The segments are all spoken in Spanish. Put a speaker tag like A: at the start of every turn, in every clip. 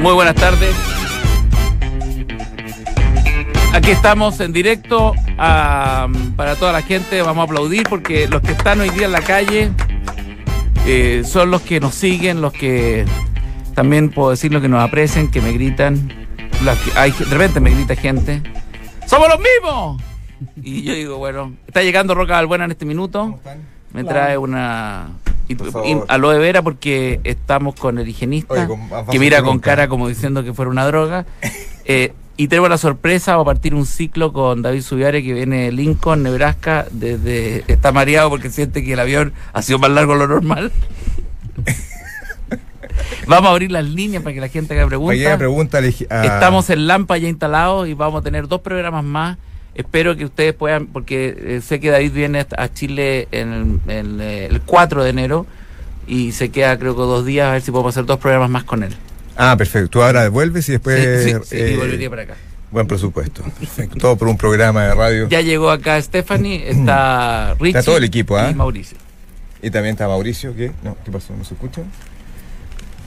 A: Muy buenas tardes. Aquí estamos en directo ah, para toda la gente. Vamos a aplaudir porque los que están hoy día en la calle eh, son los que nos siguen, los que también puedo decir los que nos aprecian, que me gritan. Las que- hay, de repente me grita gente. ¡Somos los mismos! Y yo digo, bueno, está llegando Roca Balbuena en este minuto. Me trae una y-
B: Por favor.
A: y aloe vera porque estamos con el higienista
B: Oye, con ah, más
A: que
B: fácil
A: mira
B: que
A: con
B: nunca.
A: cara como diciendo que fuera una droga. Eh, y tenemos la sorpresa, va a partir un ciclo con David Subiare que viene de Lincoln, Nebraska, desde está mareado porque siente que el avión ha sido más largo de lo normal. Vamos a abrir las líneas para que la gente haga preguntas.
B: Mañana pregunta ah, al ej- a-
A: Estamos en Lampa ya instalados y vamos a tener dos programas más. Espero que ustedes puedan, porque eh, sé que David viene hasta- a Chile en el, en, eh, el 4 de enero y se queda creo que dos días a ver si puedo hacer dos programas más con él.
B: Ah, perfecto. Tú ahora devuelves y después.
A: Sí, sí, sí, y
B: eh,
A: volvería para acá.
B: Buen presupuesto. Perfecto. Todo por un programa de radio.
A: eh, Ya llegó acá Stephanie, está Richie
B: todo el equipo, ¿ah?
A: y Mauricio.
B: Y también está Mauricio, ¿qué? No, ¿qué pasó? ¿No se escucha?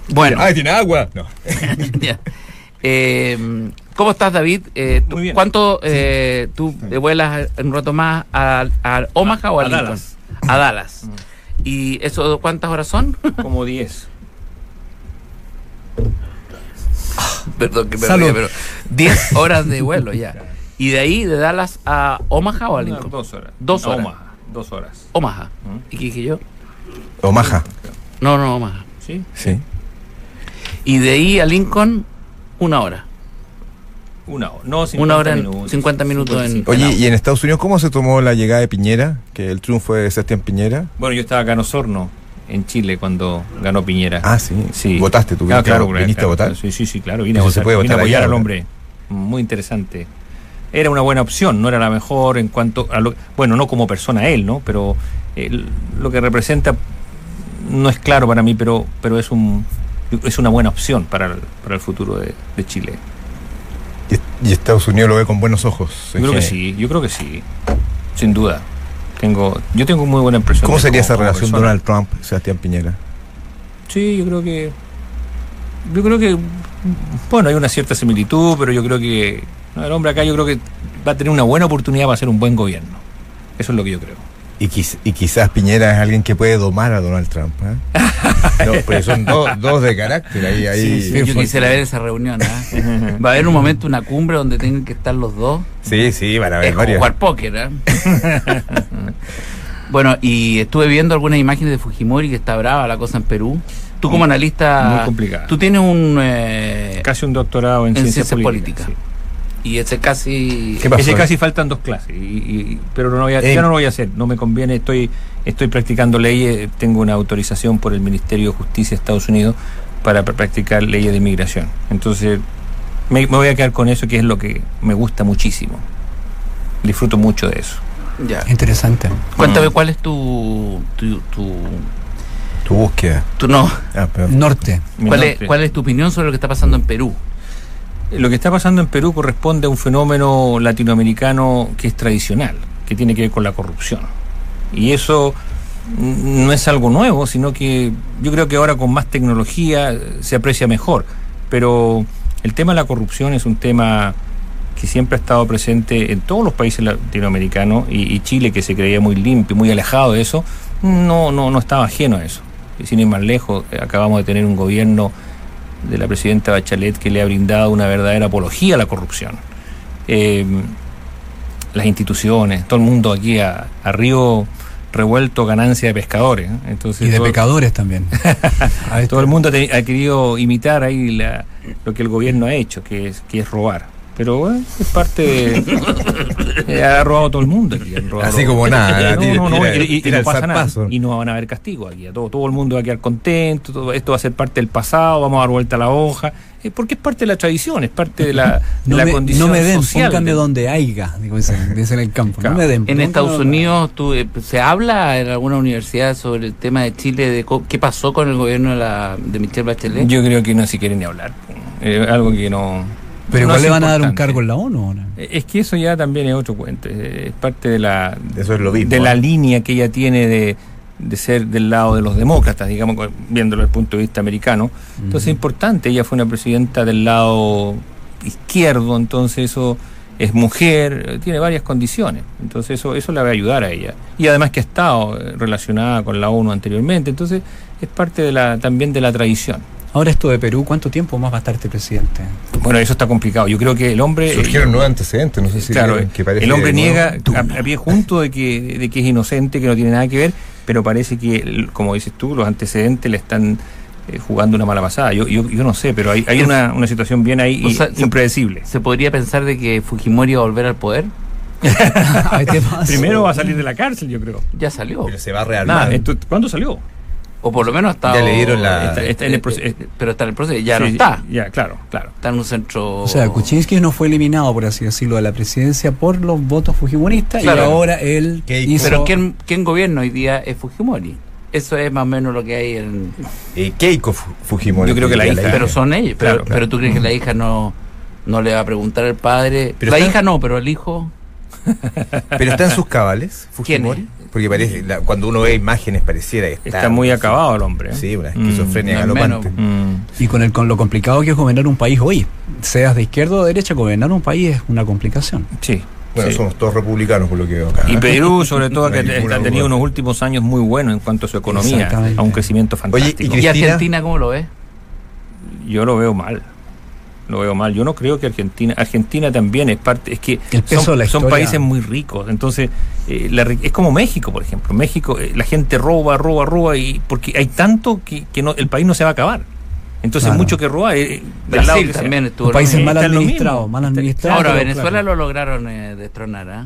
A: Bueno,
B: ¡Ay, tiene agua! No.
A: ya. Eh, ¿Cómo estás David? Eh, ¿tú-
C: Muy bien.
A: ¿Cuánto eh, tú eh, vuelas en un rato más a, a Omaha o a,
C: a
A: Lincoln?
C: Dallas. Mm.
A: A Dallas. ¿Y eso cuántas horas son?
C: Como 10.
A: Perdón que me
B: Salud.
A: ría, pero 10 horas de vuelo ya. Y de ahí, de Dallas a Omaha o a Lincoln?
C: Dos horas.
A: Dos
C: No,
A: horas.
C: Omaha, dos horas.
A: Omaha.
C: ¿Mm?
A: ¿Y qué dije yo?
B: O maja.
A: No, no, Omaha.
C: ¿Sí?
B: Sí.
A: Y de ahí a Lincoln, una hora.
C: Una hora. No, 50
A: Una hora en
C: minutos.
A: 50 minutos en-
B: Oye, ¿y en Estados Unidos cómo se tomó la llegada de Piñera? Que el triunfo de Sebastián Piñera.
C: Bueno, yo estaba acá en Osorno, en Chile, cuando ganó Piñera.
B: Ah, sí.
C: Sí.
B: ¿Votaste tú?
C: Ah, claro,
B: ¿Viniste
C: claro,
B: a votar?
C: claro. Sí, sí, sí, claro. Vine a
B: Eso
C: votar.
B: se puede
C: vine a
B: votar
C: apoyar
B: allá,
C: al
B: ¿verdad?
C: hombre. Muy interesante. Era una buena opción, no era la mejor en cuanto a lo. Bueno, no como persona él, ¿no? Pero él, lo que representa no es claro para mí, pero, pero es un. Es una buena opción para el, para el futuro de, de Chile.
B: Y, y Estados Unidos lo ve con buenos ojos.
C: Yo creo que sí, yo creo que sí, sin duda. Tengo, yo tengo muy buena impresión.
B: ¿Cómo
C: de
B: sería
C: como-
B: esa
C: como
B: relación
C: persona.
B: Donald Trump-Sebastián Piñera?
C: Sí, yo creo que, yo creo que, bueno, hay una cierta similitud, pero yo creo que no, el hombre acá, yo creo que va a tener una buena oportunidad para hacer un buen gobierno. Eso es lo que yo creo.
B: Y, quiz- y quizás Piñera es alguien que puede domar a Donald Trump. ¿eh? No, pero son dos- dos de carácter ahí. ahí
A: Sí, yo quisiera ver esa reunión. ¿ah? Va a haber un momento, una cumbre donde tienen que estar los dos.
B: Sí, sí, van a
A: Es
B: haber
A: como
B: varias.
A: jugar póker. ¿ah? bueno, y estuve viendo algunas imágenes de Fujimori que está brava la cosa en Perú. Tú como analista...
C: Muy complicada.
A: Tú tienes un... eh,
C: Casi un doctorado en,
A: En
C: ciencias,
A: ciencias
C: políticas.
A: políticas. y ese casi...
B: ¿Qué
C: sí.
B: pasó?
C: Ese casi faltan dos clases, y- y- pero no voy a,
B: Eh.
C: ya no lo voy a hacer, no me conviene, estoy, estoy practicando leyes, tengo una autorización por el Ministerio de Justicia de Estados Unidos para pra- practicar leyes de inmigración. Entonces, me, me voy a quedar con eso, que es lo que me gusta muchísimo. Disfruto mucho de eso.
A: Ya.
D: Interesante.
A: Cuéntame
C: Mm.
A: cuál es tu... tu, tu,
B: Tu búsqueda.
A: tu- no.
B: Ah, perdón.
D: Norte.
C: Mi
A: ¿Cuál es,
C: norte.
A: ¿Cuál es tu opinión sobre lo que está pasando en Perú?
C: Lo que está pasando en Perú corresponde a un fenómeno latinoamericano que es tradicional, que tiene que ver con la corrupción. Y eso mm, no es algo nuevo, sino que yo creo que ahora con más tecnología eh, se aprecia mejor. Pero el tema de la corrupción es un tema que siempre ha estado presente en todos los países latinoamericanos y, y Chile, que se creía muy limpio, muy alejado de eso, no, no, no estaba ajeno a eso. Y sin ir más lejos, eh, acabamos de tener un gobierno de la presidenta Bachelet que le ha brindado una verdadera apología a la corrupción. Eh, las instituciones, todo el mundo aquí a, a río revuelto ganancia de pescadores. ¿eh? Entonces,
D: Y de
C: todo-
D: pecadores también. A esto-
C: todo el mundo ha, te- ha querido imitar ahí la- lo que el gobierno ha hecho, que es, que es robar. Pero bueno, es parte de... eh, ha robado todo el mundo aquí. han robado-
B: Así como nada,
C: No,
B: tira-
C: no, no,
B: tira-
C: y- y- y
B: tira
C: no
B: el
C: pasa nada.
B: zarpazo.
C: Y no van a haber castigo aquí. a Todo, todo el mundo va a quedar contento, todo esto va a ser parte del pasado, vamos a dar vuelta a la hoja. eh, porque es parte de la tradición, es parte de la, de
D: no,
C: la
D: me,
C: condición
D: no me den,
C: social.
D: pónganme donde haya, digo, dicen, dicen en el campo.
C: Claro.
D: No me den.
A: En
D: pónganme
A: Estados
D: donde-
A: Unidos, tú, eh, ¿se habla en alguna universidad sobre el tema de Chile, de co- qué pasó con el gobierno de, la, de Michelle Bachelet?
C: Yo creo que no se quieren ni hablar. eh, algo que no...
D: Pero
C: no
D: igual
C: es
D: le van a dar un
C: importante.
D: cargo en la ONU. ¿o no?
C: Eh, Es que eso ya también es otro cuento, eh, es parte de la
B: Eso es lo mismo,
C: de la
B: ¿eh?
C: línea que ella tiene de, de ser del lado de los demócratas, digamos, con- viéndolo desde el punto de vista americano.
D: Mm.
C: Entonces es importante, ella fue una presidenta del lado izquierdo, entonces eso es mujer, eh, tiene varias condiciones, entonces eso, eso la va a ayudar a ella. Y además que ha estado eh, relacionada con la ONU anteriormente, entonces es parte de la, también de la tradición.
D: Ahora esto de Perú, ¿cuánto tiempo más va a estar este presidente?
C: Bueno, eso está complicado, yo creo que el hombre...
B: Surgieron nuevos antecedentes, no sé si
C: Eh, Claro,
B: vieron, que parece
C: el hombre
B: de nuevo- Ah,
C: niega a, a pie junto de que, de que es inocente, que no tiene nada que ver, pero parece que, el- como dices tú, los antecedentes le están eh, jugando una mala pasada. Yo, yo, yo no sé, pero hay, hay una, una situación bien ahí
A: O
C: y
A: sea, se-
C: impredecible.
A: ¿Se podría pensar de que Fujimori va a volver al poder?
D: Ay, ¿qué pasa?
C: Ah, Primero va a salir de la cárcel, yo creo.
A: Ya salió.
B: Pero se va a
C: Nada,
B: rearmar.
C: esto- ¿Cuándo salió?
A: O por lo menos ha estado-
B: Ya le dieron la-
A: está- está en el proceso. eh, Pero está en el proceso. Ya no
C: Sí,
A: está.
C: Ya, claro, claro.
A: Está en un centro.
D: O sea, Kuczynski no fue eliminado, por así decirlo, de la presidencia por los votos fujimonistas
A: Claro.
D: y ahora él
B: ¿Qué-
D: hizo...
A: Pero ¿quién, ¿quién gobierna hoy día es Fujimori? Eso es más o menos lo que hay en.
B: Eh, Keiko Fu- Fujimori.
C: Yo creo que la
B: Ya
C: hija,
A: Pero son ellos. Pero,
C: Claro, claro.
A: pero tú crees que la hija no, no le va a preguntar al padre.
B: Pero
A: la
B: está-
A: hija no, pero el hijo.
B: Pero está en sus cabales, Fujimori.
A: ¿Quién
B: Porque parece, la- cuando uno ve imágenes pareciera que está,
C: Está muy acabado el hombre. ¿eh?
B: Sí, una
C: Mm,
B: esquizofrenia
A: no es
B: galopante.
A: menos.
C: Mm.
D: Y con, el, con lo complicado que es gobernar un país hoy, seas de izquierda o de derecha, gobernar un país es una complicación.
C: Sí.
B: Bueno,
C: sí.
B: somos todos republicanos por lo que veo acá.
C: Y Perú, sobre todo, que
B: No hay ninguna
C: ha tenido
B: duda.
C: unos últimos años muy buenos en cuanto a su economía,
D: Exactamente.
C: a un crecimiento fantástico.
B: Oye,
A: ¿Y
B: Cristina?
A: Argentina cómo lo ves?
C: Yo lo veo mal. Lo veo mal. Yo no creo que Argentina. Argentina también es parte. Es que
D: El peso
C: son,
D: de la
C: son
D: historia.
C: países muy ricos. Entonces, eh, la ri- es como México, por ejemplo. México, eh, la gente roba, roba, roba. y Porque hay tanto que, que no, el país no se va a acabar. Entonces,
D: Claro.
C: mucho que roba. eh, eh, del lado
A: Brasil
C: que sea.
A: también estuvo.
D: Un país
A: eh, lo mismo.
D: mal
C: está lo
D: administrado,
C: mismo.
D: mal administrado.
A: Ahora,
D: pero
A: Venezuela
D: claro.
A: lo lograron eh, destronar. ¿ah?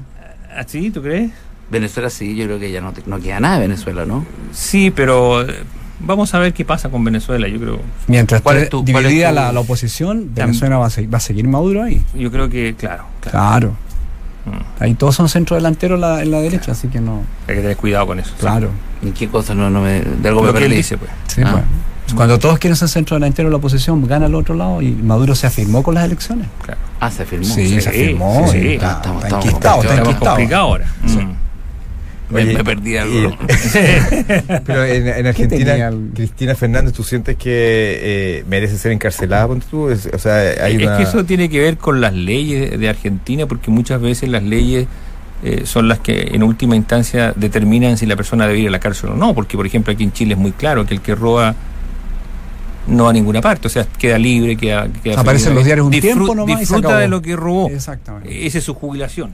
C: ¿Ah, sí? ¿Tú crees?
A: Venezuela sí, yo creo que ya no, te- no queda nada de Venezuela, ¿no?
C: Sí, pero eh, vamos a ver qué pasa con Venezuela. Yo creo.
D: Mientras
A: ¿Cuál
D: esté
A: es tu- cuál es
D: dividida
A: tu-
D: la, la oposición, Venezuela va a, seguir, va a seguir Maduro ahí.
C: Yo creo que, claro. claro.
D: Claro.
C: Mm.
D: Ahí todos son centrodelanteros la- en la derecha, así que no.
C: Hay que tener cuidado con eso.
D: Claro.
A: ¿En qué cosa no, no me, de algo me
C: Lo que él
A: perdí?
C: dice, pues.
D: Sí,
A: Ah.
D: pues. Cuando todos quieren ser centrodelantero, la oposición gana al otro lado y Maduro se afirmó con las elecciones.
C: Claro.
A: Ah, se firmó.
C: sí, sí, sí.
D: está,
A: Estamos-
D: está
A: estamos
D: enquistado, está
A: complicados.
C: Estamos
D: enquistado.
C: complicados ahora. Mm.
A: Me,
B: Oye,
A: me perdí
B: y-
A: algo.
B: Pero en, en
D: tenía
B: Argentina,
D: el-
B: Cristina Fernández, ¿tú sientes que eh, merece ser encarcelada? ponte tú? Es- o sea, hay
C: es
B: una...
C: que eso tiene que ver con las leyes de Argentina, porque muchas veces las leyes eh, son las que en última instancia determinan si la persona debe ir a la cárcel o no, porque por ejemplo aquí en Chile es muy claro que el que roba no va a ninguna parte, o sea, queda libre, queda... queda
D: Aparece
C: feliz.
D: en los diarios un
C: Disfrut-
D: tiempo nomás y se
C: Disfruta
D: acabó.
C: de lo que
A: Oh.
C: robó.
D: Exactamente.
C: Esa es su jubilación.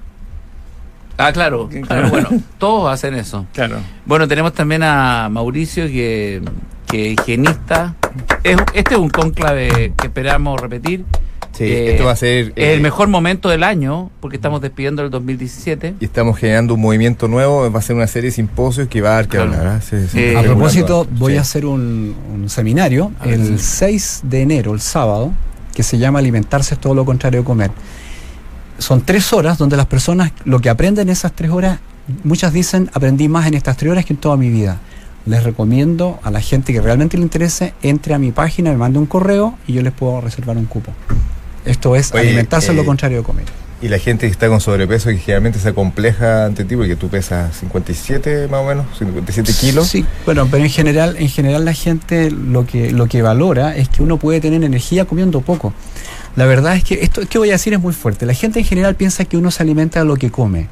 A: Ah, claro, claro, bueno, todos hacen eso.
C: Claro.
A: Bueno, tenemos también a Mauricio, que, que es higienista. Es- este es un cónclave que esperamos repetir.
B: Sí,
A: Eh,
B: esto va a ser...
A: Es el
B: eh,
A: mejor momento del año, porque estamos despidiendo el 2017.
B: y estamos generando un movimiento nuevo, va a ser una serie de simposios que va a dar que
A: Claro.
B: hablar. ¿ah? Se- se
A: Eh,
B: está
D: A
B: regulando,
D: propósito,
B: ¿ah?
D: voy
B: Sí.
D: a hacer un, un seminario
A: A ver,
D: el
A: sí.
D: 6 de enero, el sábado, que se llama Alimentarse es todo lo contrario de comer. Son tres horas donde las personas, lo que aprenden esas tres horas, muchas dicen, aprendí más en estas tres horas que en toda mi vida. Les recomiendo a la gente que realmente le interese, entre a mi página, me mande un correo y yo les puedo reservar un cupo. Esto es
B: Oye,
D: alimentarse es
B: eh,
D: lo contrario de comer.
B: Y la gente que está con sobrepeso que generalmente se compleja ante ti porque tú pesas 57 más o menos, 57 kilos.
D: Sí, bueno, pero en general, en general la gente lo que, lo que valora es que uno puede tener energía comiendo poco. La verdad es que esto que voy a decir es muy fuerte. La gente en general piensa que uno se alimenta de lo que come.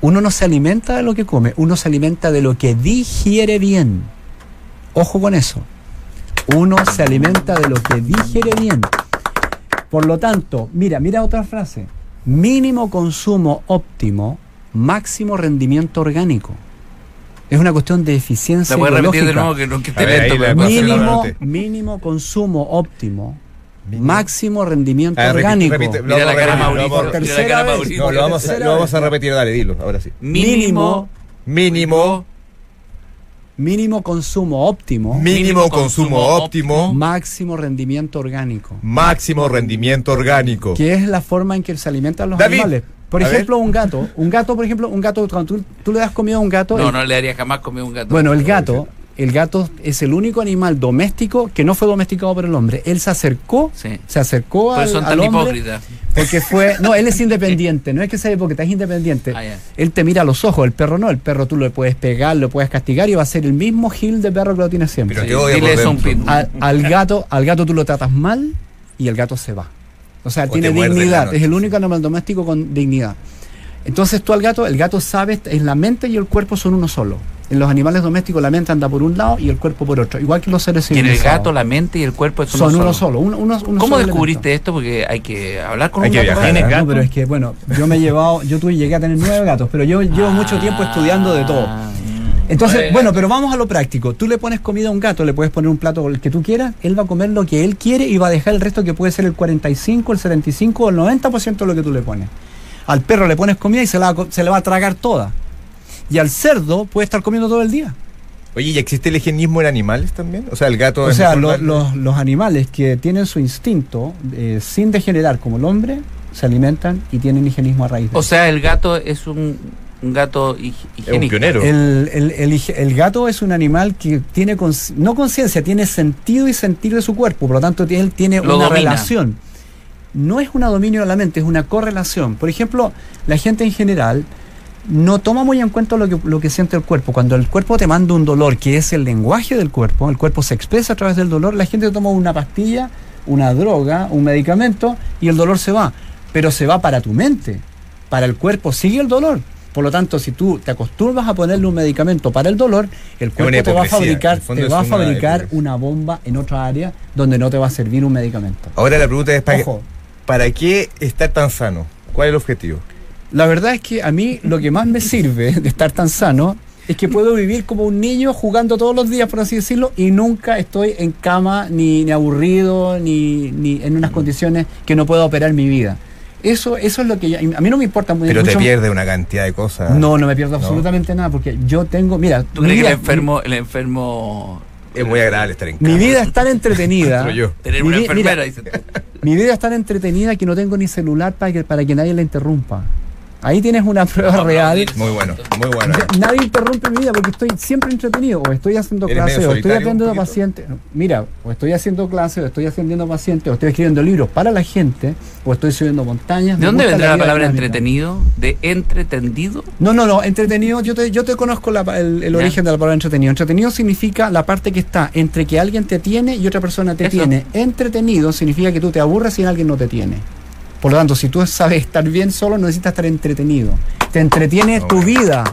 D: Uno no se alimenta de lo que come, uno se alimenta de lo que digiere bien. Ojo con eso. Uno se alimenta de lo que digiere bien. Por lo tanto, mira, mira otra frase. Mínimo consumo óptimo, máximo rendimiento orgánico. Es una cuestión de eficiencia.
A: La voy a repetir de
D: biológica.
A: nuevo, que no que
B: A
A: esté
B: ver, ahí
A: lento.
B: la-
A: pero-
B: Voy a hacer
D: Mínimo,
B: nuevamente.
D: mínimo consumo óptimo, máximo rendimiento
B: Ah, repi-
D: orgánico.
B: repite, lo
A: Mira la
B: vamos a
A: cara de
B: repetir, lo
A: Mauricio.
B: vamos
A: Mira
B: a-
A: la cara de
D: Tercera
A: Mauricio.
B: No, lo vamos, a,
D: tercera
B: lo
D: vez.
B: vamos a repetir, dale, dilo, ahora sí.
A: Mínimo.
B: Mínimo,
D: Mínimo consumo óptimo,
B: mínimo consumo óptimo,
D: máximo rendimiento orgánico.
B: máximo rendimiento orgánico.
D: Que es la forma en que se alimentan los
B: David,
D: animales. Por
B: a
D: ejemplo, un gato. Un gato, por ejemplo, un gato, cuando tú, tú le das comida a un gato,
A: No,
D: el-
A: no le daría jamás comer un gato.
D: bueno, el gato, el gato es el único animal doméstico que no fue domesticado por el hombre. Él se acercó,
A: Sí.
D: se acercó
A: Por
D: al,
A: eso son
D: al
A: tan
D: hombre
A: hipócritas.
D: porque fue, no, él es independiente, no es que sea hipócrita, es independiente.
A: Ah, ya.
D: Él te mira a los ojos, el perro no, el perro tú lo puedes pegar, lo puedes castigar y va a ser el mismo gil de perro que lo tienes siempre.
B: Pero
A: Sí,
B: te odia
A: dile
B: por
A: eso a un
B: dentro.
A: pitbull.
D: Al, al gato, al gato tú lo tratas mal y el gato se va. O sea,
B: O
D: tiene
B: te muerde en la
D: dignidad,
B: noche,
D: es el
B: sí.
D: único animal doméstico con dignidad. Entonces tú al gato, el gato sabe, es la mente y el cuerpo son uno solo. En los animales domésticos la mente anda por un lado y el cuerpo por otro, igual que los seres
A: Tiene el
D: civilizados.
A: gato, la mente y el cuerpo es
D: son uno solo. uno- uno- uno
A: ¿Cómo
D: solo
A: descubriste
D: elemento.
A: esto? Porque hay que hablar con
B: Hay
A: un
B: que
A: gato.
B: viajar.
C: ¿Tienes
D: Ah, No,
C: gato?
D: pero es que bueno, yo me he llevado, yo tuve, llegué a tener nueve gatos, pero yo llevo mucho tiempo estudiando de todo.
A: Ah,
D: Entonces, bueno, pero vamos a lo práctico. Tú le pones comida a un gato, le puedes poner un plato el que tú quieras, él va a comer lo que él quiere y va a dejar el resto que puede ser el 45, el 75 o el 90% de lo que tú le pones. Al perro le pones comida y se la, va a co- se la va a tragar toda. Y al cerdo puede estar comiendo todo el día.
B: Oye, ¿y existe el higienismo en animales también? O sea, el gato
D: O
B: es
D: sea,
B: mejor
D: lo-
B: darle-
D: los, los animales que tienen su instinto eh, sin degenerar como el hombre, se alimentan y tienen higienismo a raíz de
A: O
D: eso.
A: sea, el gato es un, un gato hig-
B: es un
A: higiénico.
B: pionero.
D: El, el- el hig- el gato es un animal que tiene, cons- no conciencia, tiene sentido y sentir de su cuerpo, por lo tanto él tiene
A: Lo
D: una
A: domina.
D: relación. No es una dominio de la mente, es una correlación. Por ejemplo, la gente en general no toma muy en cuenta lo que, lo que siente el cuerpo. Cuando el cuerpo te manda un dolor, que es el lenguaje del cuerpo, el cuerpo se expresa a través del dolor, la gente toma una pastilla, una droga, un medicamento y el dolor se va. Pero se va para tu mente, para el cuerpo sigue el dolor. Por lo tanto, si tú te acostumbras a ponerle un medicamento para el dolor, el
B: una
D: cuerpo te va a
B: hipocresía. En
D: fabricar,
B: el fondo
D: te
B: es
D: va a
B: una
D: fabricar
B: hipocresía.
D: una bomba en otra área donde no te va a servir un medicamento.
B: Ahora la pregunta es, ¿para,
D: Ojo,
B: ¿para qué estar tan sano? ¿Cuál es el objetivo?
D: la verdad es que a mí lo que más me sirve de estar tan sano es que puedo vivir como un niño jugando todos los días, por así decirlo, y nunca estoy en cama, ni, ni aburrido, ni, ni en
B: Mm.
D: unas condiciones que no pueda operar mi vida. Eso, eso es lo que yo- a mí no me importa muy-
B: Pero te
D: mucho-
B: pierde una cantidad de cosas.
D: No, no me pierdo
B: No.
D: absolutamente nada porque yo tengo, mira,
A: ¿Tú crees
D: mi
A: que
D: vida-
A: el enfermo, el enfermo
B: Es muy agradable estar en casa.
D: Mi vida es tan entretenida.
B: Soy yo.
A: tener
D: mi
A: una
D: vi- mira,
A: enfermera? dice tú.
D: mi vida es tan entretenida que no tengo ni celular para que, para que nadie la interrumpa. Ahí tienes una prueba real.
B: Muy bueno, muy bueno.
D: Nadie interrumpe mi vida porque estoy siempre entretenido. O estoy haciendo
B: Eres medio
D: clases, o estoy
B: solitario un
D: atendiendo
B: poquito.
D: pacientes. Mira, o estoy haciendo clases, o estoy atendiendo pacientes, o estoy escribiendo libros para la gente, o estoy subiendo montañas.
A: ¿De
D: Me
A: dónde
D: gusta
A: vendrá la
D: vida
A: palabra
D: dinámica.
A: entretenido? ¿De entretendido?
D: No, no, no, entretenido, yo te, yo te conozco la pa- el, el
A: Ya.
D: origen de la palabra entretenido. Entretenido significa la parte que está entre que alguien te tiene y otra persona te
A: Eso.
D: tiene. Entretenido significa que tú te aburres y alguien no te tiene. Por lo tanto, si tú sabes estar bien solo, no necesitas estar entretenido. Te entretiene
B: Ah,
D: tu
B: bueno.
D: vida.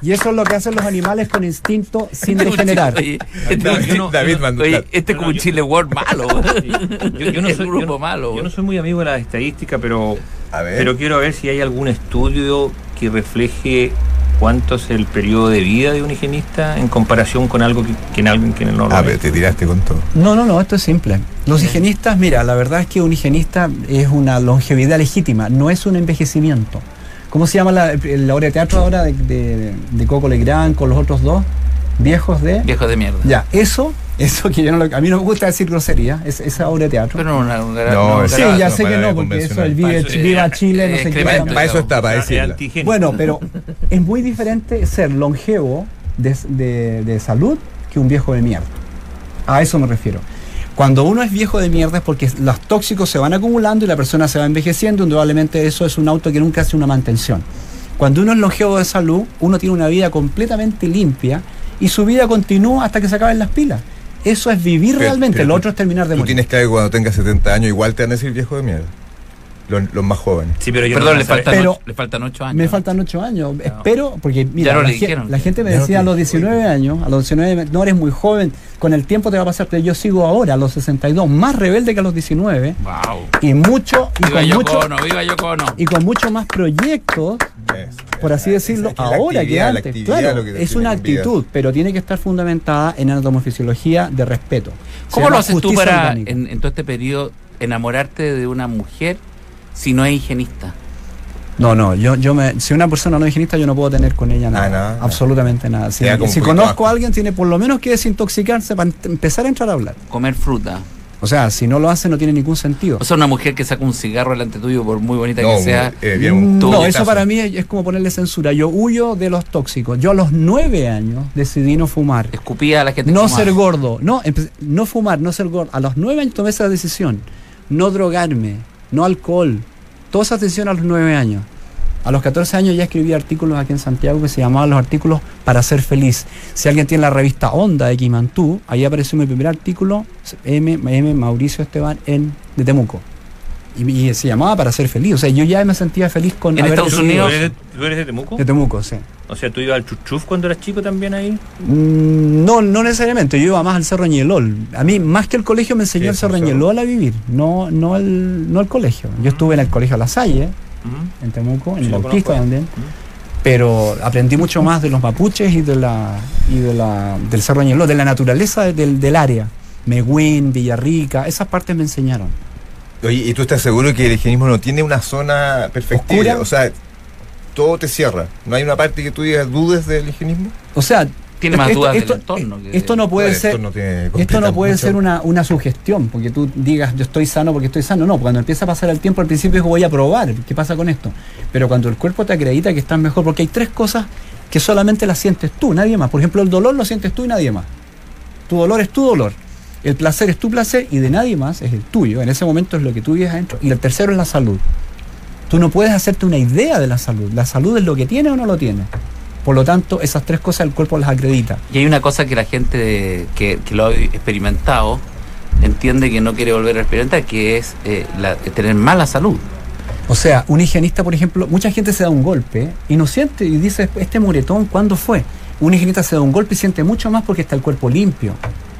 D: Y eso es lo que hacen los animales con instinto sin degenerar.
A: Oye, este,
B: David,
C: yo no-
B: David
C: yo no-
B: mandó-
A: oye, este es como un chile word malo.
C: Yo, yo no
A: Es
C: soy,
A: un
C: yo
A: grupo
C: no-
A: malo.
C: yo no soy muy amigo de la estadística, pero
B: A ver.
C: ¿Eh? Pero quiero ver si hay algún estudio que refleje cuánto es el periodo de vida de un higienista en comparación con algo que, que en alguien que no eh. lo
B: Ah,
C: es.
B: pero te tiraste con todo.
D: No, no, no, esto es simple. Los higienistas, mira, la verdad es que un higienista es una longevidad legítima, no es un envejecimiento. ¿Cómo se llama la, la obra de teatro ahora de, de- de Coco Legrand con los otros dos viejos de...?
A: Viejo de mierda.
D: Ya, eso, eso que yo no lo- a mí no me gusta decir grosería, es, esa obra de teatro.
A: Pero no, una- una-
B: No,
A: una-
B: es-
D: sí,
B: claro,
D: ya
B: no,
D: sé que
B: palabra
D: no, porque eso
B: convencional.
D: el vive,
C: Eso es-
D: viva Chile, no sé qué.
A: excremento.
D: tanto.
B: Para eso está, para
C: Es
B: decirla.
C: antihigiénico.
D: Bueno, pero es muy diferente ser longevo de, de- de salud que un viejo de mierda. A eso me refiero. Cuando uno es viejo de mierda es porque los tóxicos se van acumulando y la persona se va envejeciendo, indudablemente eso es un auto que nunca hace una mantención. Cuando uno es longevo de salud, uno tiene una vida completamente limpia y su vida continúa hasta que se acaben las pilas. Eso es vivir
B: Pero-
D: realmente,
B: pero
D: lo
B: tú-
D: otro es terminar de
B: Tú
D: morir.
B: tienes claro que cuando tengas 70 años igual te van a decir viejo de mierda. Los, los más jóvenes.
C: Sí, pero yo
A: Perdón,
C: no
A: le
C: voy a saber-
A: faltan,
D: Pero-
A: ocho, le faltan ocho años.
D: Me faltan ocho años. Espero, porque mira,
A: Ya no
D: la,
A: le
D: gen-
A: dijeron.
D: la gente me
B: Ya no
D: decía
B: te-
D: a los 19 años, a los 19, no eres muy joven, con el tiempo te va a pasar, pero yo sigo ahora, a los 62, más rebelde que a los 19,
A: Wow.
D: y mucho, y
A: Viva
D: con
A: Yoko
D: mucho,
A: Ono, viva Yoko Ono.
D: y con mucho más proyectos,
B: Eso,
D: por así
B: esa-
D: decirlo,
B: esa- la
D: ahora que
B: actividad, la
D: antes.
B: actividad
D: Claro,
B: lo que te
D: es
B: tiene
D: una
B: con vida.
D: actitud, pero tiene que estar fundamentada en anatomofisiología de respeto. Se
A: ¿Cómo
D: llama
A: lo haces tú
D: justicia
A: para,
D: orgánica.
A: en, en todo este periodo, enamorarte de una mujer si no es higienista?
D: No, no, yo, yo me, si una persona no es higienista yo no puedo tener con ella nada,
B: Ah, nada, nada.
D: absolutamente nada. Si,
B: Te da como
D: si
B: un poquito
D: conozco
B: asco.
D: a alguien tiene por lo menos que desintoxicarse para ent- empezar a entrar a hablar.
A: Comer fruta.
D: O sea, si no lo hace no tiene ningún sentido.
A: O sea, una mujer que saca un cigarro delante tuyo, por muy bonita
B: No,
A: que sea.
B: eh, bien, un
D: no, eso
B: puñetazo.
D: para mí es, es como ponerle censura. Yo huyo de los tóxicos. Yo a los nueve años decidí no fumar.
A: Escupía a la gente.
D: No
A: como
D: ser
A: a-
D: gordo. No, empe- no fumar, no ser gordo. A los nueve años tomé esa decisión. No drogarme, no alcohol. Todas esas decisiones a los nueve años. A los 14 años ya escribí artículos aquí en Santiago que se llamaban los artículos para ser feliz. Si alguien tiene la revista Onda de Quimantú, ahí apareció mi primer artículo, M, M Mauricio Esteban, en, de Temuco. Y, y se llamaba para ser feliz. O sea, yo ya me sentía feliz con...
A: En
D: haber-
A: Estados
C: ¿Tú,
A: Unidos.
C: eres, tú eres de Temuco?
D: De Temuco, sí.
C: O sea, ¿tú ibas al chuchuf cuando eras chico también ahí?
D: Mm, No, no necesariamente. Yo iba más al Cerro Ñelol. A mí, más que el colegio, me enseñó
B: Sí,
D: el
B: es un
D: Cerro
B: cerro.
D: Ñelol a vivir, no, no, el, no el colegio. Yo estuve en el colegio La Salle,
C: Ujú.
D: en Temuco, en
C: Sí, lo
D: Bautista
C: conozco.
D: también. Pero aprendí mucho más de los mapuches y, de la, y de la, del Cerro Ñelol, de la naturaleza del, del área. Megüen, Villarrica, esas partes me enseñaron.
B: Oye, ¿y tú estás seguro que el higienismo no tiene una zona perfectible?
D: ¿Oscura?
B: O sea, todo te cierra. ¿No hay una parte que tú digas dudes del higienismo?
D: O sea,
A: Tiene más
D: esto-
A: dudas
D: esto-
A: del entorno. que-
D: esto no puede
B: Bueno,
D: ser.
B: Esto no, tiene-
D: Esto
B: eh, completa
D: no puede
B: mucho.
D: ser una, una sugestión, porque tú digas yo estoy sano porque estoy sano. No, cuando empieza a pasar el tiempo al principio es voy a probar, ¿qué pasa con esto? Pero cuando el cuerpo te acredita que estás mejor, porque hay tres cosas que solamente las sientes tú, nadie más. Por ejemplo, el dolor lo sientes tú y nadie más. Tu dolor es tu dolor. El placer es tu placer y de nadie más es el tuyo. En ese momento es lo que tú vives adentro. Y el tercero es la salud. Tú no puedes hacerte una idea de la salud. La salud es lo que tiene o no lo tiene. Por lo tanto, esas tres cosas el cuerpo las acredita.
A: Y hay una cosa que la gente que, que lo ha experimentado entiende que no quiere volver a experimentar, que es eh, la- tener mala salud.
D: O sea, un higienista, por ejemplo, mucha gente se da un golpe y no siente y dice, este moretón, ¿cuándo fue? Un higienista se da un golpe y siente mucho más porque está el cuerpo limpio.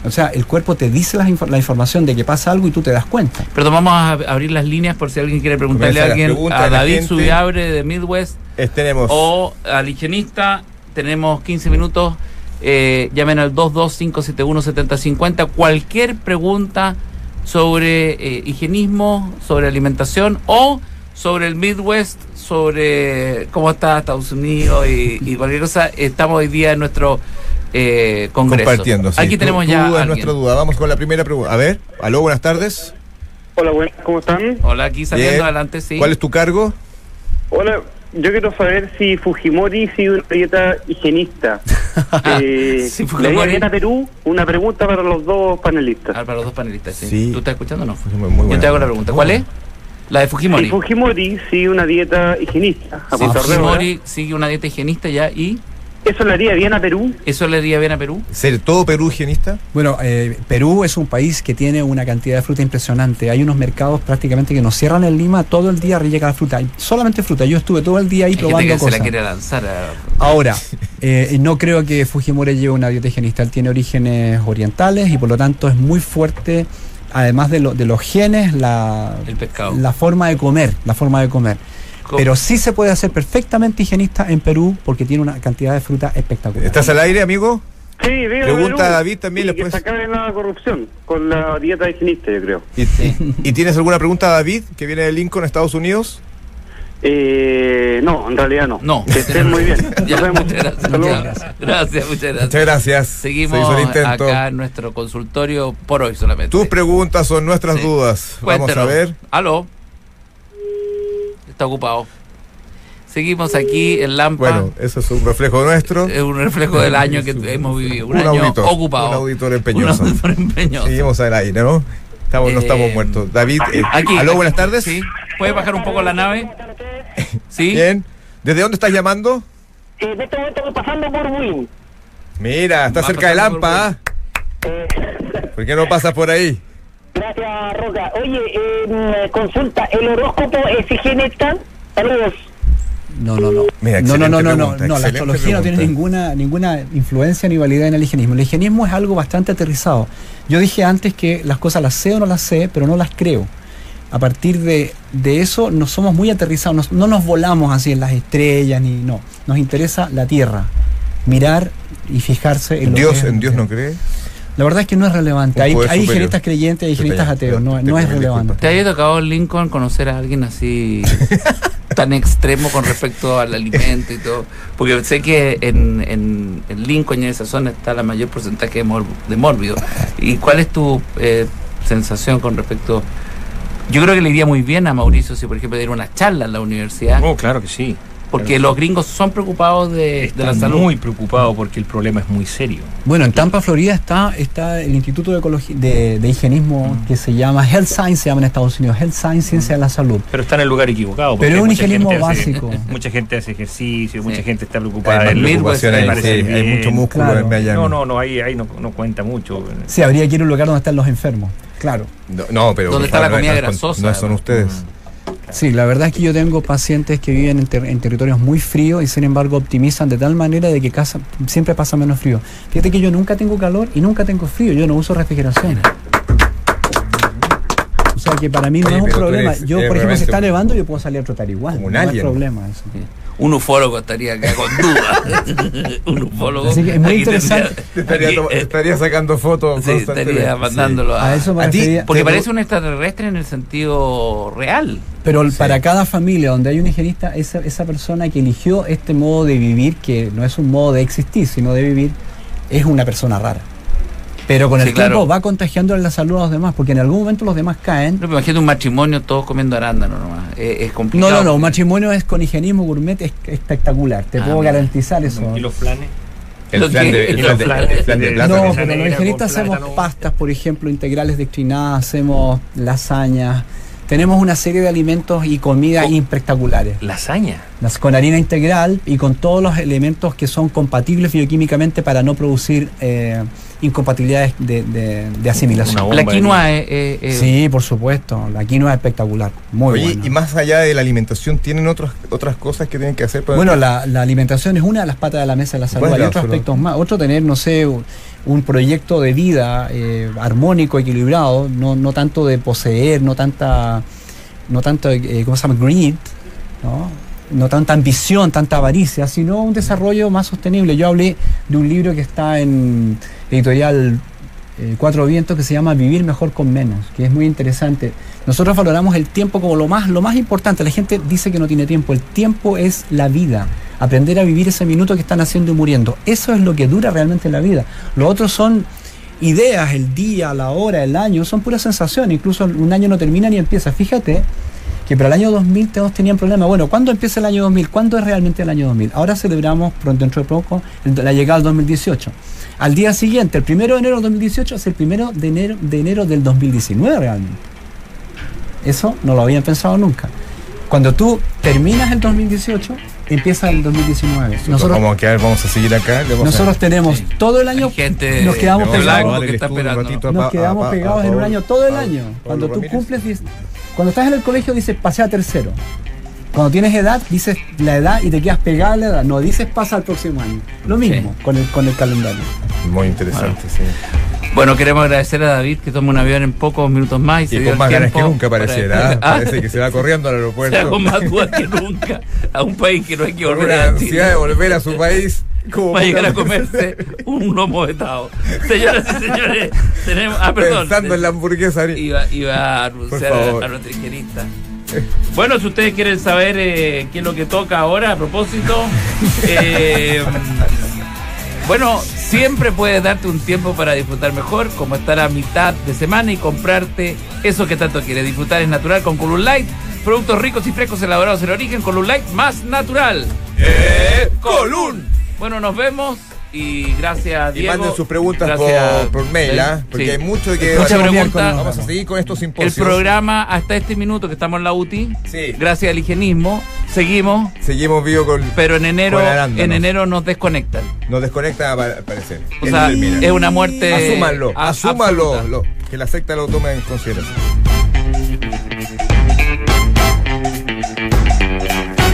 D: O sea, el cuerpo te dice las infor- la información de que pasa algo y tú te das cuenta.
A: Perdón, vamos a ab- abrir las líneas por si alguien quiere preguntarle a
B: Comienza las
A: alguien,
B: preguntas
A: a
B: de la
A: David
B: gente.
A: Subiabre de Midwest
B: Eh, tenemos.
A: o al higienista. Tenemos 15 minutos. eh, llamen al 225717050. Cualquier pregunta sobre eh, higienismo, sobre alimentación o sobre el Midwest, sobre cómo está Estados Unidos y, y cualquier cosa. Estamos hoy día en nuestro eh, congreso.
B: Compartiendo. sí.
A: Aquí
B: Tú-
A: tenemos
B: tú
A: ya.
B: dudas,
A: alguien.
B: nuestra duda. Vamos con la primera pregunta. A ver, aló, buenas tardes.
E: Hola, buenas, ¿cómo están?
A: Hola, aquí saliendo
B: Bien.
A: adelante, sí.
B: ¿Cuál es tu cargo?
E: Hola, yo quiero saber si Fujimori sigue una dieta higienista. eh,
A: Sí,
E: la
A: Fujimori.
E: dieta Perú, una pregunta para los dos panelistas.
A: Ah, para los dos panelistas, sí.
B: Sí.
A: ¿Tú estás escuchando o no?
B: Muy buena
A: Yo te hago la pregunta. ¿Cuál es? La de Fujimori.
E: Si Fujimori sigue una dieta higienista, a
A: Si
E: punto de
A: Fujimori sigue una dieta higienista ya y
E: ahora, ¿eso le haría bien a Perú?
A: eso le haría bien a Perú.
B: ¿Ser todo Perú higienista?
D: Bueno, eh, Perú es un país que tiene una cantidad de fruta impresionante. Hay unos mercados prácticamente que nos cierran en Lima todo el día llega la fruta. Hay Solamente fruta. Yo estuve todo el día ahí
A: Hay gente
D: probando
A: que
D: cosas.
A: se la quiere lanzar. a-
D: Ahora, eh, no creo que Fujimori lleve una dieta higienista. Él tiene orígenes orientales y por lo tanto es muy fuerte, además de, lo- de los genes, la,
A: El pescado.
D: la forma de comer, la forma de comer.
A: Co-
D: Pero sí se puede hacer perfectamente higienista en Perú porque tiene una cantidad de fruta espectacular.
B: ¿Estás al aire, amigo?
E: Sí, viva
B: Pregunta
E: Perú.
B: a David también,
E: Y
B: le
E: que
B: puedes-
E: se acabe la corrupción con la dieta higienista, yo creo.
B: ¿Y, y- y tienes alguna pregunta, David, que viene de Lincoln, Estados Unidos?
E: Eh, no, en realidad no.
A: No.
E: Que estén muy bien. Nos
A: Ya,
E: vemos.
A: muchas gracias,
E: Saludos.
A: muchas gracias. Gracias, muchas gracias.
B: Muchas gracias. Se
A: Seguimos
B: hizo el intento.
A: acá en nuestro consultorio por hoy solamente.
B: Tus preguntas son nuestras
A: Sí.
B: dudas. Vamos a
A: Cuéntenos.
B: ver.
A: Aló. Está ocupado. Seguimos aquí en Lampa.
B: Bueno, eso es un reflejo nuestro.
A: es un reflejo del año que hemos vivido. Eh, Un, año
B: auditor,
A: ocupado.
B: Un auditor
A: Un
B: empeñoso.
A: auditor empeñoso.
B: Seguimos al aire, ¿no? Estamos, no
A: Eh,
B: estamos muertos. David, eh,
A: Aquí.
B: aló, buenas tardes.
A: Sí. ¿Puede bajar un poco la nave? Sí.
B: Bien. ¿Desde dónde estás llamando?
F: Eh, en este momento estoy pasando por Win.
B: Mira, está
A: Va
B: cerca de
A: pasando por
B: Lampa. ¿ah?
F: Eh,
B: ¿Por qué no pasas por ahí?
F: gracias, Roca. Oye, eh, consulta, ¿el horóscopo es higienista? Saludos.
D: No, no, no.
B: Mira,
D: no, no, no, no, no,
B: excelente
D: no, La
B: pregunta,
D: astrología no tiene
B: excelente
D: ninguna, ninguna influencia ni validez en el higienismo. El higienismo es algo bastante aterrizado. Yo dije antes que las cosas las sé o no las sé, pero no las creo. A partir de, de eso no somos muy aterrizados, nos- no nos volamos así en las estrellas, ni no. Nos interesa la Tierra, mirar y fijarse en lo que
B: Dios,
D: es-
B: en Dios no cree.
D: La verdad es que no es relevante.
B: Un
D: Hay,
B: poder
D: hay
B: superior.
D: higienistas creyentes, hay higienistas
B: Te
D: ateos,
B: pedí-
D: no,
B: te
D: no es
B: pedí
D: relevante.
A: ¿Te haya tocado en Lincoln conocer a alguien así tan extremo con respecto al alimento y todo? Porque sé que en, en, en Lincoln y en esa zona está la mayor porcentaje de, mor- de mórbido. ¿Y cuál es tu eh, sensación con respecto. Yo creo que le iría muy bien a Mauricio si, por ejemplo, diera una charla en la universidad,
C: Oh, claro que sí.
A: porque los gringos son preocupados Eh, de, de
C: Está
A: la salud.
C: muy preocupado porque el problema es muy serio.
D: Bueno, en Tampa, Florida, está, está el Instituto de, Ecologi- de, de Higienismo que se llama Health Science, se llama en Estados Unidos, Health Science, Ciencia de la Salud.
C: Pero está en el lugar equivocado. porque
D: Pero es un
C: mucha
D: higienismo
C: gente hace-
D: básico.
C: mucha gente hace ejercicio,
A: Sí.
C: mucha gente está preocupada
B: Hay,
A: el
B: más
C: en
A: Midwest,
B: preocupación,
A: el
B: hay, sí,
C: Midwest.
B: hay mucho músculo
D: Claro.
B: en Miami.
C: No, no, no, ahí, ahí no, no cuenta mucho.
D: Sí, habría que ir a un lugar donde están los enfermos. Claro.
B: No, no, pero.
A: ¿Dónde
B: por
A: está la
B: favor,
A: comida
B: no es con-
A: grasosa?
B: No son ustedes.
D: Sí, la verdad es que yo tengo pacientes que viven en, ter- en territorios muy fríos y sin embargo optimizan de tal manera de que casa, siempre pasa menos frío. Fíjate que yo nunca tengo calor y nunca tengo frío, yo no uso refrigeración. O sea que para mí no
B: Oye,
D: es un
B: pero tú
D: problema.
B: eres-
D: yo,
B: eres
D: por ejemplo, si
B: realmente
D: está
B: un-
D: nevando, yo puedo salir a trotar igual.
B: como un
D: no es
B: alien.
D: problema eso.
A: Eh, Un ufólogo estaría acá con duda. un ufólogo.
D: Así que es muy
A: Aquí
D: interesante.
A: tendría-
B: Te estaría,
A: aquí,
B: to- te
A: eh,
B: estaría sacando fotos.
A: sí,
B: constantemente.
A: estaría mandándolo a,
D: A eso me
B: a ti,
D: refería.
A: Porque
B: Te-
A: parece un extraterrestre en el sentido real.
D: Pero para cada familia donde hay un higienista, esa, esa persona que eligió este modo de vivir, que no es un modo de existir, sino de vivir, es una persona rara. Pero con
A: Sí,
D: el
A: claro.
D: tiempo va contagiando la salud a los demás, porque en algún momento los demás caen.
A: No, pero imagínate un matrimonio todos comiendo arándanos nomás. Eh, Es, es
D: No,
A: complicado.
D: no, no, un matrimonio es con higienismo gourmet es espectacular, te
A: Ah,
D: puedo
A: mira.
D: garantizar eso.
C: ¿Y los planes?
A: Lo
B: El plan
A: que-
B: de- el
A: lo
B: plan de-
C: que-
B: el plan de
C: No,
B: plata.
D: No,
B: que-
D: pero los
C: negra
D: higienistas
C: con
D: hacemos
C: plátano.
D: pastas, por ejemplo, integrales declinadas, hacemos lasañas, tenemos una serie de alimentos y comidas
A: Oh.
C: Co-
D: espectaculares.
C: Lasaña.
D: Las- con harina integral y con todos los elementos que son compatibles bioquímicamente para no producir eh, incompatibilidades de, de- de asimilación.
C: Una
A: La
C: bomba
A: quinoa es, es- es-
D: Sí, por supuesto, la quinoa es espectacular, muy
B: Oye,
D: buena.
B: y más allá de la alimentación, ¿tienen otras otras cosas que tienen que hacer? para-
D: Bueno, la, la alimentación es una de las patas de la mesa de la salud.
B: Bueno,
D: Hay otros
B: absolutamente.
D: aspectos más. Otro, tener, no sé, un- un proyecto de vida eh, armónico, equilibrado, no, no tanto de poseer, no tanta, no tanto, eh, ¿cómo se llama? Greed, ¿no? No tanta ambición, tanta avaricia, sino un desarrollo más sostenible. Yo hablé de un libro que está en editorial eh, Cuatro Vientos que se llama Vivir Mejor con Menos, que es muy interesante. Nosotros valoramos el tiempo como lo más, lo más importante. La gente dice que no tiene tiempo. El tiempo es la vida. Aprender a vivir ese minuto que están haciendo y muriendo. Eso es lo que dura realmente la vida. Lo otro son ideas, el día, la hora, el año, son pura sensación. Incluso un año no termina ni empieza. Fíjate que para el año 2000 todos tenían problemas. Bueno, ¿cuándo empieza el año 2000? ¿Cuándo es realmente el año 2000? Ahora celebramos pronto, dentro de poco el- la llegada del 2018. Al día siguiente, el primero de enero del 2018 es el primero de enero, de enero del 2019 realmente. Eso no lo habían pensado nunca. Cuando tú terminas el 2018, empieza el 2019. Nosotros,
B: vamos a quedar, vamos a seguir acá. le vamos a-
D: nosotros tenemos todo el año,
A: Hay gente
D: nos quedamos
A: de
B: le vamos a
D: pegados
A: blanco
B: dar el
A: que está
B: estudio un
A: esperando,
B: ratito a
D: nos
B: Pa-
D: quedamos
B: a Pa- a
D: pegados en un
B: Pablo-
D: año todo el
B: Pablo-
D: año.
B: Pablo
D: Cuando tú
B: Ramírez.
D: cumples, diez- cuando estás en el colegio dices pasé a tercero. Cuando tienes edad, dices la edad y te quedas pegado a la edad. No, dices pasa al próximo año. Lo mismo con, el, con el calendario.
B: Muy interesante, sí.
A: Bueno, queremos agradecer a David que toma un avión en pocos minutos más y, se
B: Y
A: dio
B: con
A: el
B: más ganas que
A: tiempo
B: nunca
A: para-
B: pareciera. ¿ah?
A: Ah,
B: Parece que se va corriendo al
A: o sea,
B: aeropuerto.
A: con más dudas que nunca a un país que no hay que
B: Con
A: volver
B: una
A: a Chile.
B: ansiedad de volver a su país. Como
A: Va a llegar a
B: poca-
A: comerse un lomo vetado. Señoras y señores, tenemos. Ah, perdón.
B: Pensando en la hamburguesa. ni-
A: Iba, iba a anunciar a,
B: favor.
A: a nuestro ingenista. Bueno, si ustedes quieren saber eh, qué es lo que toca ahora a propósito, eh, bueno, siempre puedes darte un tiempo para disfrutar mejor, como estar a mitad de semana y comprarte eso que tanto quieres. Disfrutar es natural con Column Light, productos ricos y frescos elaborados en origen, Column Light más natural.
B: Eh,
A: Column. Bueno, nos vemos y gracias
B: Y
A: Diego.
B: manden sus preguntas
A: Gracias,
B: por, por mail,
A: Ben.
B: ¿ah? Porque
A: Sí.
B: hay mucho que.
A: Muchas
B: Vamos-
A: preguntas.
B: Vamos a seguir con estos
A: El
B: simposios.
A: programa hasta este minuto que estamos en la UTI,
B: Sí.
A: gracias al higienismo, seguimos,
B: Seguimos vivo con.
A: pero en enero,
B: Con arándanos.
A: en enero nos desconectan.
B: Nos desconecta al parecer.
A: O sea,
B: Termina.
A: es una muerte.
B: Asúmanlo,
A: a-
B: asúmalo,
A: absoluta.
B: lo- que la secta lo tome en consideración.